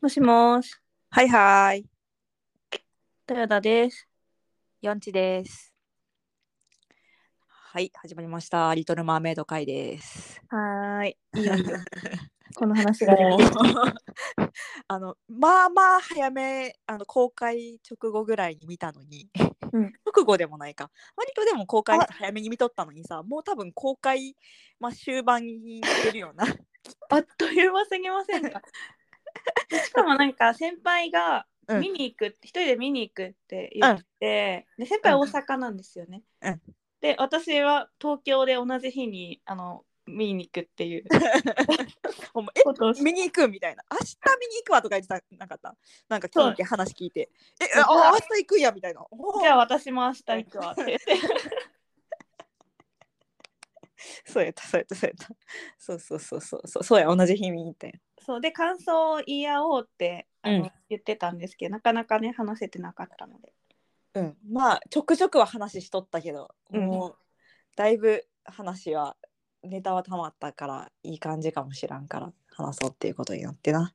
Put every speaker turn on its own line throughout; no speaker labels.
もしもーし、
はいはーい。
豊田です。
よんちです。はい、始まりました。リトルマーメイド会です。
はーい。いよいよ。この話が、
も
ね
う、 あの、まあまあ早め、あの公開直後ぐらいに見たのに、
うん
直後でもないか。割とでも公開
あ
早めに見とったのにさ、もう多分公開、まあ、終盤にしてるような。
あっという間すぎませ んかしかもなんか先輩が
うん
見に行くって、一人で見に行くって言って、で先輩大阪なんですよね。
うん
で私は東京で同じ日にあの見に行くって いう
もう
ことを
え見に行くみたいな。明日見に行くわとか言ってたなかった。なんか聞いて話聞いて。え、あ明日行くんやみたいな。おー
じゃあ私も明日行くわって言って。
そうやった、そうやった、そうやった。そうそうそうそう、そうそうや、同じ日に行ったよ。
そうで感想を言い合おうってあの、
うん
言ってたんですけどなかなかね話せてなかったので
うん、まあ、ちょくちょくは話しとったけど、
うん
もう、だいぶ話は、ネタはたまったから、いい感じかもしらんから、話そうっていうことになってな。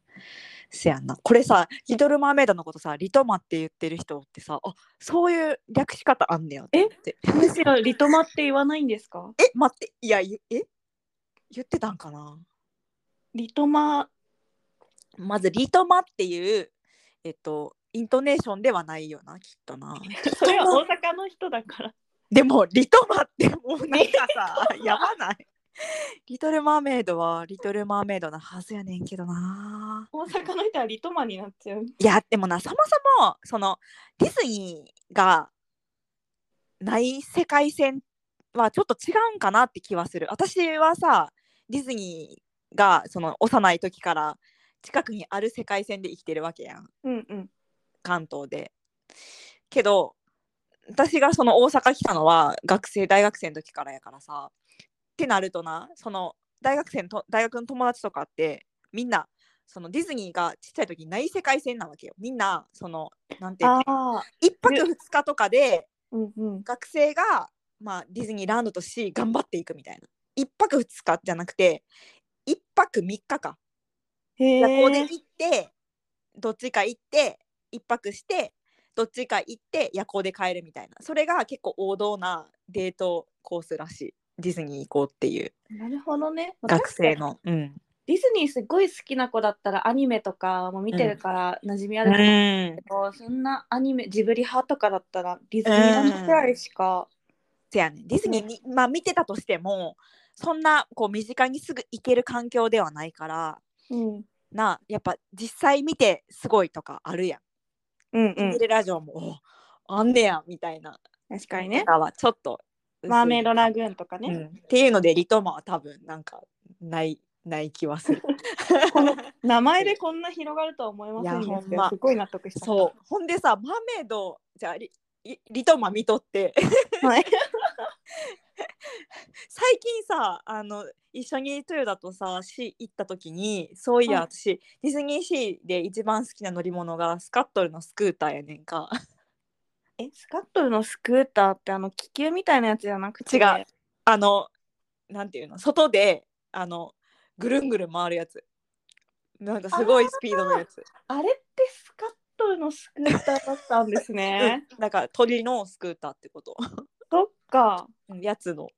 せやんな。これさ、リトル・マーメイドのことさ、リトマって言ってる人ってさ、あそういう略し方あんねやって思って。
むしろリトマって言わないんですか
え、待って、いや、ゆえ言ってたんかな
リトマ
まずリトマっていう、えっと、イントネーションではないよな、きっと な。
それは大阪の人だから
でも、リトマってもうなんかさ、やばない。 リトルマーメイドはリトルマーメイドなはずやねんけどな。
大阪の人はリトマになっちゃう
いや、でもな、そもそも、その、ディズニーがない世界線はちょっと違うんかなって気はする。私はさ、ディズニーがその幼い時から近くにある世界線で生きてるわけやん。
うんうん
関東で。けど私がその大阪来たのは学生大学生の時からやからさってなるとなその大学生のと大学の友達とかってみんなそのディズニーがちっちゃい時にない世界線なわけよ。みんなそのなんていう
あ
の
あ
一泊二日とかで
うんうん
学生が、まあ、ディズニーランドとし頑張っていくみたいな。一泊二日じゃなくて一泊三日か
へ
夜行で
え
行ってどっちか行って一泊してどっちか行って夜行で帰るみたいなそれが結構王道なデートコースらしいディズニー行こうっていう
なるほどね
学生
確か
の、うん、
にディズニーすごい好きな子だったらアニメとかも見てるから馴染みあると思うん
うん
だけど、そんなアニメジブリ派とかだったらディズニーランドくらいしか、
せやねディズニーみ、まあ、見てたとしてもそんなこう身近にすぐ行ける環境ではないから
うん、
なやっぱ実際見てすごいとかあるやん、
うん
テレビラジオもおあんねやみたいな
確かにね
とかはちょっと薄い
マーメイドラグーンとかね、
うんっていうのでリトマは多分なんかないない気はする
この名前でこんな広がるとは思いませんで
いや
し
ほん
た
ま
よすごい納得した。
そうほんでさマーメイドじゃあリリリトマ見とって
はい
最近さあの一緒に豊田とさシー行った時にそういや、
はい
私ディズニーシーで一番好きな乗り物がスカットルのスクーターやねんか
えスカットルのスクーターってあの気球みたいなやつじゃなくて
違うあのなんていうの外であのぐるんぐるん回るやつなんかすごいスピードのやつ
あれってスカットルのスクーターだったんですね。
うんだから鳥のスクーターってこと
そっか
うんやつの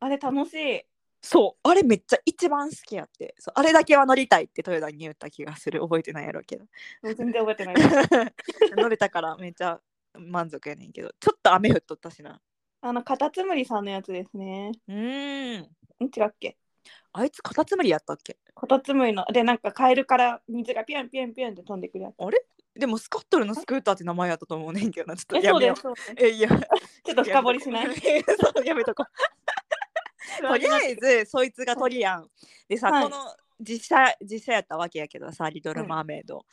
あれ楽しい。
そうあれめっちゃ一番好きやってそうあれだけは乗りたいって豊田に言った気がする覚えてないやろうけど
全然覚えてない。
乗れたからめっちゃ満足やねんけどちょっと雨降っとったしな
あのカタツムリさんのやつですね。
うーん
ん違うっけ
あいつカタツムリやったっけ
カタツムリのでなんかカエルから水がピュンピュンピュンって飛んでくるやつ。
でもスカットルのスクーターって名前やったと思うねんけどなちょっ
え
と
そ
や
う
め
で
よ
すそうです。
うえいやちょ。
ちょっと深掘りしない
そうやめとこう とりあえずそいつがトリアンでさ、
はい
この実写実写やったわけやけどさ「リトル・マーメイド」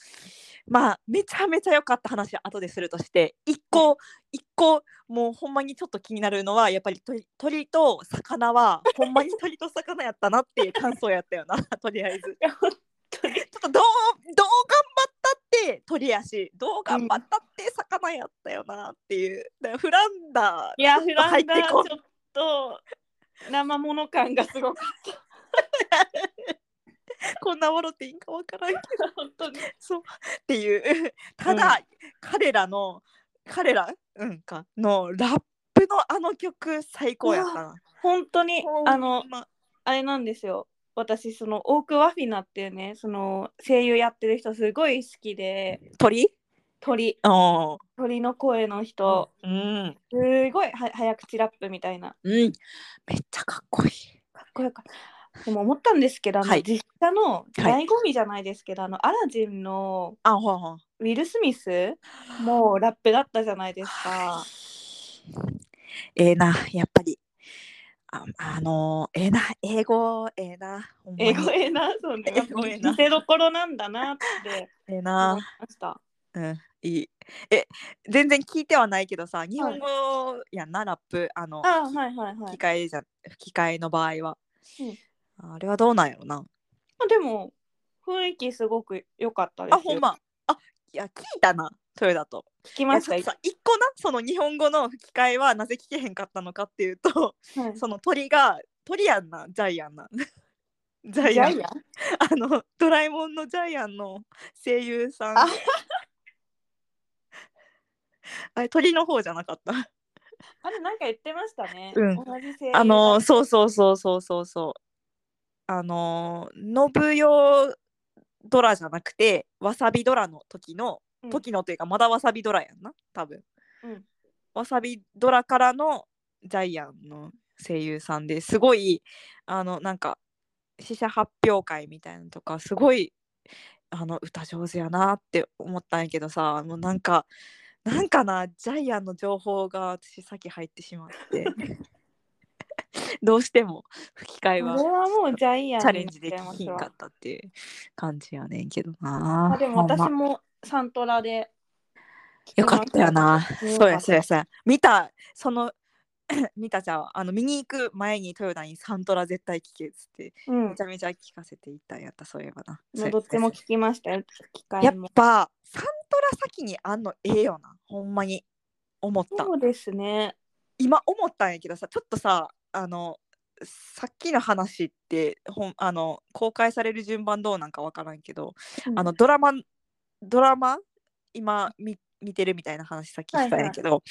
まあめちゃめちゃ良かった話後でするとして一個一個もうほんまにちょっと気になるのはやっぱり鳥鳥と魚はほんまに鳥と魚やったなっていう感想やったよ なとりあえず。
いや本当に
ちょっとどうどう頑張ったって鳥やしどう頑張ったって魚やったよなっていう、だからフランダ
いや、
ち
フ
ょっと
ラ
入っ
ンダ
て
ーち
こ
ょ
う
っと生もの感がすごかっ
こんな笑っていいんかわからんけど
本当に。
そう っていう ただ、彼らの彼ら、うん、かのラップのあの曲最高やったな。
本当に
ほんま
あのあれなんですよ私そのオーク・ワフィナっていうねその声優やってる人すごい好きで
鳥
鳥
お
鳥の声の人、
うん、
すごいは早口ラップみたいな
うん、めっちゃかっこいい。
かっこよかったでも思ったんですけど、あの
はい
実写の醍醐味じゃないですけど、あのアラジンの
あほうほう。
ウィル・スミスもうラップだったじゃないですか。
ええなやっぱり。ああのーええな英語ええなほんまに
英語ええな、そうね。
英語ええな
見せどころなんだなって
え
思
え
い
な
ました。
うんいいえ全然聞いてはないけどさ日本語やんな、ラップあの
ああ、はいはいはい
吹き。替えじゃ吹き替えの場合は、
うん
あれはどうなんやろな
まあでも雰囲気すごく良かったです
あ
よ。
ほんまあいや聞いたなそれだと
聞き
いや
まし
ちょ
た。
っとさ一個なその日本語の吹き替えはなぜ聞けへんかったのかっていうと
はい
その鳥が鳥やんなジャイアンな ジャイ
ジ
ア
ャ
ン
イアン
あのドラえもんのジャイアンの声優さん
あ
あれ鳥の方じゃなかった
あれなんか言ってましたね。
うん
同じ声優
あのーそうそうそうそうそうそうあのー信代ドラじゃなくてわさびドラの時の
うん
時のというかまだわさびドラやんな多分、
うん
わさびドラからのジャイアンの声優さんですごいあのなんか試写発表会みたいなのとかすごいあの歌上手やなって思ったんやけどさもうなんかなんかなジャイアンの情報が私先入ってしまって どうしても吹き替え
これ
は
はもうジャイアン
チャレンジで
になっ
き
ち
ひ
ゃい
ん
ます
か
わ
ったっていう感じやねんけどな
まあでも
ほんま
私もサントラで聞き
よ
ま
か
し
ったよな。
うん
そうやそうやそうや。見たその 見たじゃんあの見に行く前にトヨタにサントラ絶対聞けっつって
うん
めち。ゃめちゃ聞かせていったんやったそういえばな。そ
も
う
う
や
どっちも
そう
聞きましたよ。機
やや
会
っ
も。
ぱサントラ先にあんのええよなほんまに思った。
そうですね。
今思ったんやけどさちょっとさあのさっきの話ってほんあの公開される順番どうなんかわからんけど、
うん
あのドラマドラマ今見見てるみたいな話さっきしたんやけど、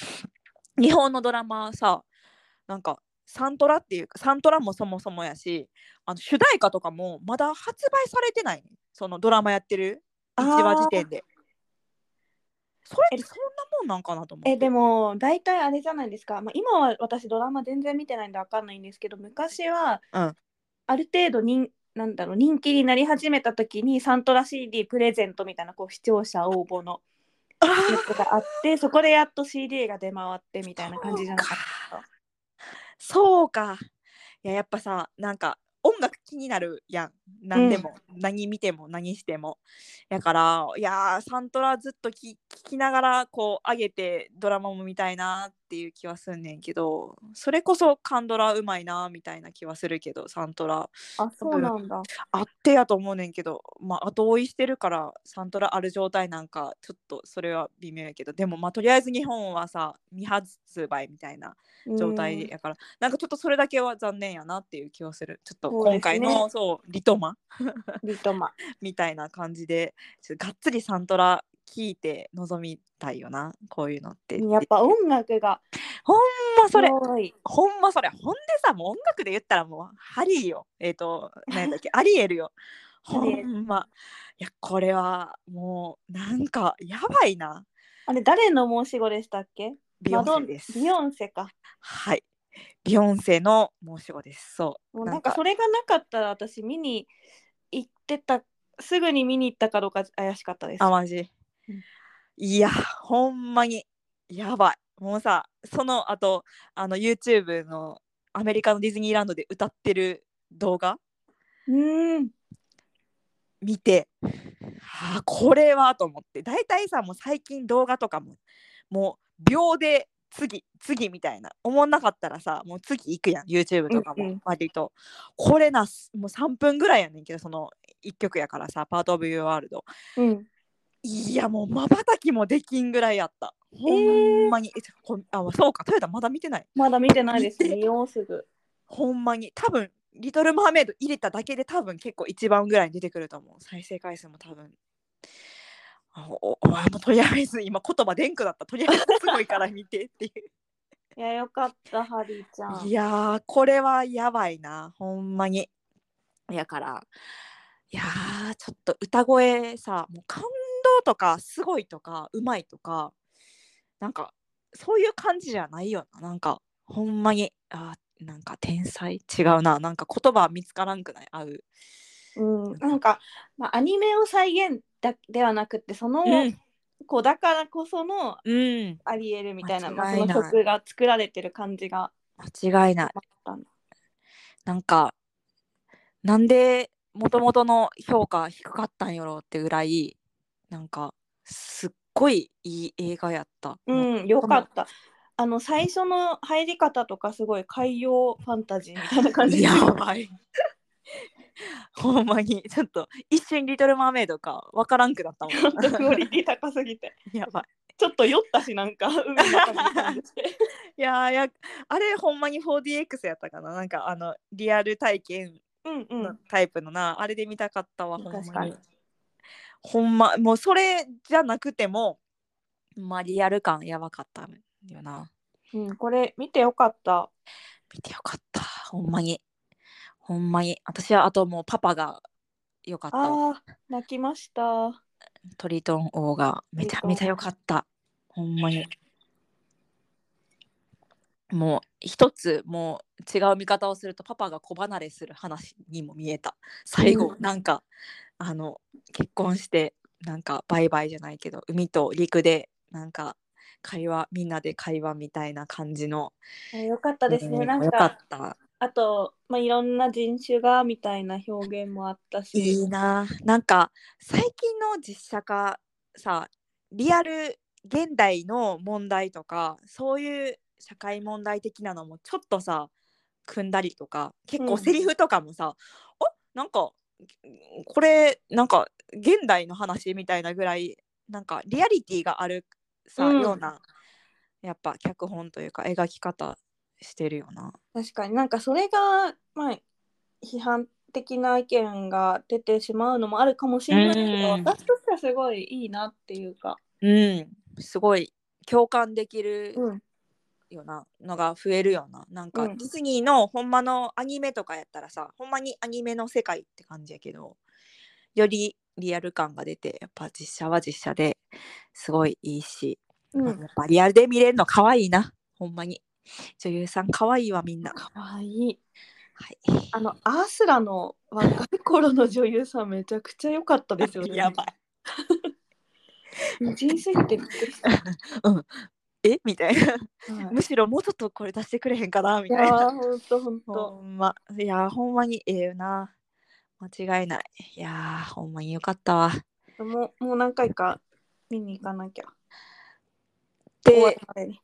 日本のドラマさなんかサントラっていうかサントラもそもそもやしあの主題歌とかもまだ発売されてないねそのドラマやってる
あ
1
ー
話時点でそれって
え
そんなもんなんかなと思って
えでも大体あれじゃないですか、まあ、今は私ドラマ全然見てないんでわかんないんですけど昔は
うん
ある程度人なんだろう人気になり始めた時にサントラ CD プレゼントみたいなこう視聴者応募の
あー
やつがあってそこでやっと CD が出回ってみたいな感じじゃなかったですか
そうか。いややっぱさなんか音楽気になるやん何でも、何見ても何してもやからいやーサントラずっとき聞きながらこう上げてドラマも見たいなっていう気はすんねんけどそれこそカンドラうまいなみたいな気はするけどサントラ
あそうなんだ
あってやと思うねんけどまあ後追いしてるからサントラある状態なんかちょっとそれは微妙やけどでもまあとりあえず日本はさ未発売みたいな 状態やから、なんかちょっとそれだけは残念やなっていう気はするちょっと
そうですね
今回のそう,、リトマ
うんリトマ
みたいな感じでちょっとがっつりサントラ聞いて臨みたいよなこういうのって
やっぱ音楽が
ほんまそれ
すごい
ほんまそれほんでさもう音楽で言ったらもうハリーよえっ、と何だっけアリエルよほんまいやこれはもうなんかやばいな
あれ誰の申し子でしたっけ
ビ
マ
ヨン
ド
セ
ン
です
ビヨンセか
はいビヨンセの申し子ですそう
もう
なん
なんか
か
それがなかったら私見に行ってたすぐに見に行ったかどうか怪しかったです。
あマジ、
うん
いやほんまにやばいもうさその後あの YouTube のアメリカのディズニーランドで歌ってる動画
うーん
見てあーこれはと思って大体さもう最近動画とかももう秒で次次みたいな思んなかったらさもう次行くやん YouTube とか
うんう
も
ん
割と、これなすもう3分ぐらいやねんけどその1曲やからさ「パート・オブ・ユー・ワールド」
うん
いやもうまばたきもできんぐらいやった。ほんまに。えちょこんあそうか、トヨタまだ見てない。
まだ見てないです。
見て
見ようすぐ。
ほんまに。多分「リトル・マーメイド」入れただけで多分結構一番ぐらいに出てくると思う再生回数も多分あおおあもうとりあえず今言葉でんくだったとりあえずすごいから見てっていう
いやよかったハリーちゃん
いやーこれはやばいなほんまにやからいやーちょっと歌声さもう感動とかすごいとかうまいとかなんかそういう感じじゃないよななんかほんまにあーなんか天才違うななんか言葉見つからんくない合う、
うん、なんか、まあ、アニメを再現だではなくってその、
うん
こうだからこその
うん、
ありえるみたいなまあ
間違いない
その曲が作られてる感じが
間違いない
あったんだ
なんかなんでもともとの評価低かったんやろうってぐらいなんかすっごいいい映画やった、
うんよかったあの最初の入り方とかすごい海洋ファンタジーみたいな感じ
やばい。 ほんまにちょっと一瞬「リトル・マーメイド」かわからんくなったもん
クオリティ高すぎて
やばい
ちょっと酔ったしなんか海の中に感じて
いやーやあれほんまに 4DX やったかななんかあのリアル体験
うんう
の
ん
タイプのな、あれで見たかったわほん
確
ま
か
に
に
ほんまもうそれじゃなくてもまあリアル感やばかったよな
うん、これ見てよかった。
見てよかったほんまにほんまに私はあともうパパがよかったわ
あー泣きました。
トリトン王がめちゃ
ト
め
リトン
ちゃ良かったほんまにもう一つもう違う見方をするとパパが子離れする話にも見えた最後、
うん
なんかあの結婚してなんかバイバイじゃないけど海と陸でなんか会話みんなで会話みたいな感じの
あよかったですね。
うん
なん
良かっ
か、
た
あと、まあ、いろんな人種がみたいな表現もあったし。
いいなあなんか最近の実写化さリアル現代の問題とかそういう社会問題的なのもちょっとさ組んだりとか結
う
構
ん
セリフとかもさ、あなんかこれなんか現代の話みたいなぐらいなんかリアリティがあるさ、
うん
ようなやっぱ脚本というか描き方してるよな。
確かになんかそれが、まあ、批判的な意見が出てしまうのもあるかもしれないけど、
うん
私としてはすごいいいなっていうか。
うん、すごい共感できる
うん。
よなのが増えるよななんか
う
デ
ん
ィズニーのほんまのアニメとかやったらさ、ほんまにアニメの世界って感じやけどよりリアル感が出てやっぱ実写は実写ですごいいいし、
う
やっ
ん。
ぱリアルで見れるの可愛いなほんまに女優さん可愛いわみんな
かわいい。
はい
あの、アースラの若い頃の女優さんめちゃくちゃ良かったですよね。
やばい
美人すぎてびっくりした。
えみたいな
はい
むしろもうちょっとこれ出してくれへんかなみ
い
たい
や
な
ー、ほんとほんと。
ほんまいやほんまにええよな間違いないいやほんまによかったわ
もうもう何回か見に行かなきゃ。終わ
で
るまでに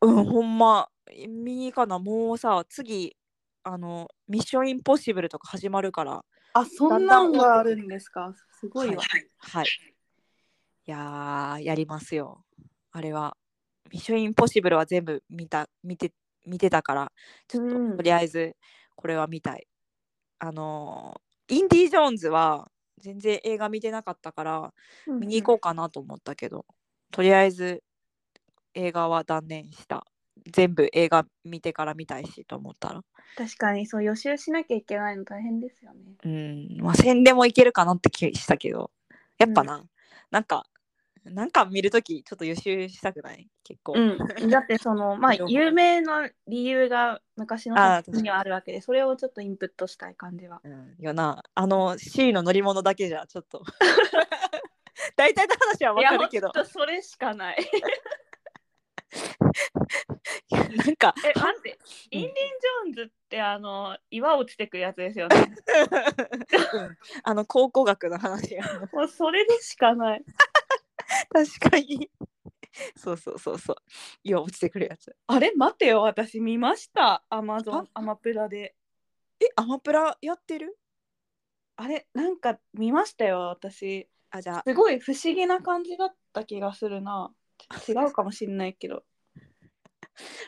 うん、ほんま、見に行かな、もうさ、次、あの、ミッションインポッシブルとか始まるから、
あそんなんがあるんですか。すごいわ。
はい。いやー、やりますよ。あれは、ミッションインポッシブルは全部見た、見て、見てたから、ちょっと、
うん
とりあえず、これは見たい。あのー、インディ・ージョーンズは、全然映画見てなかったから、見に行こうかなと思ったけど、とりあえず映画は断念した。全部映画見てから見たいしと思ったら。
確かにそう予習しなきゃいけないの大変ですよね。
うん、まあ宣伝もいけるかなって気したけど、やっぱな、なんか、なんか見るときちょっと予習したくない結構。
うん、だってそ のまあ
いろいろ
有名な理由が昔の
あー
作品にはあるわけでそれをちょっとインプットしたい感じは。
うん、よな、あの C の乗り物だけじゃちょっと。 大体の話はわかるけど
い、やほんとそれしかない。
なんか、
え待って
うん
インディ・ンジョーンズってあの岩落ちてくやつですよね。
うんあの考古学の話が。
もうそれでしかない。
確かに。そうそうそうそう。今落ちてくるやつ。
あれ待てよ私見ましたアマゾ
あ
ンアマプラで。
え、アマプラやってる
あれなんか見ましたよ私。
あ、じゃあ、
すごい不思議な感じだった気がするな。ち違うかもしんないけど。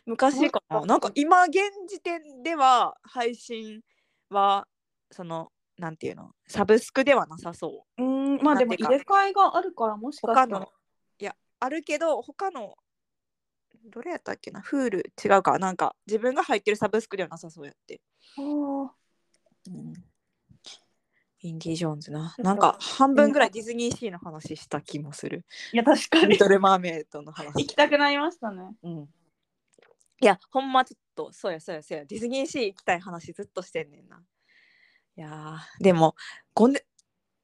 昔かな。なんか今現時点では配信はそのなんていうのサブスクではなさそう
うーんまあでも
なんていう
入
か
れ替えがあるからもしか
他
したら
のいやあるけど他のどれやったっけな Hulu 違うかなんか自分が入ってるサブスクではなさそうやって、
あー
インディ・ジョーンズな
ょっと
なんか半分ぐらいディズニーシーの話した気もする
いや確か
リ
に
トル・マーメイドの
行
話
きたくなりましたね
うんいやほんまちょっとそうやそうやそうやディズニーシー行きたい話ずっとしてんねんないやーでもごね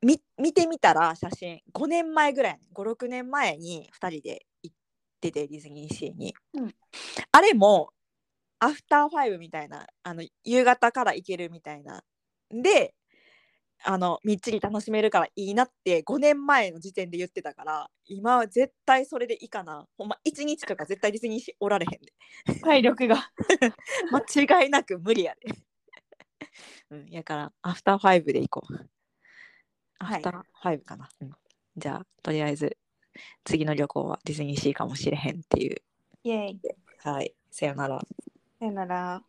み見てみたら写真5年前ぐらいやね56年前に2人で行っててディズニーシーに、
うん
あれもアフターファイブみたいなあの夕方から行けるみたいなであのみっちり楽しめるからいいなって5年前の時点で言ってたから今は絶対それでいいかなほんま1日とか絶対ディズニーシーおられ へんで
体力が
間違いなく無理やで。 うん、やから、アフターファイブで行こう。ア
はい
フターファイブかな。うん、じゃあ、とりあえず、次の旅行はディズニーシーかもしれへんっていう。
イエイ
はい、さよなら。
さよなら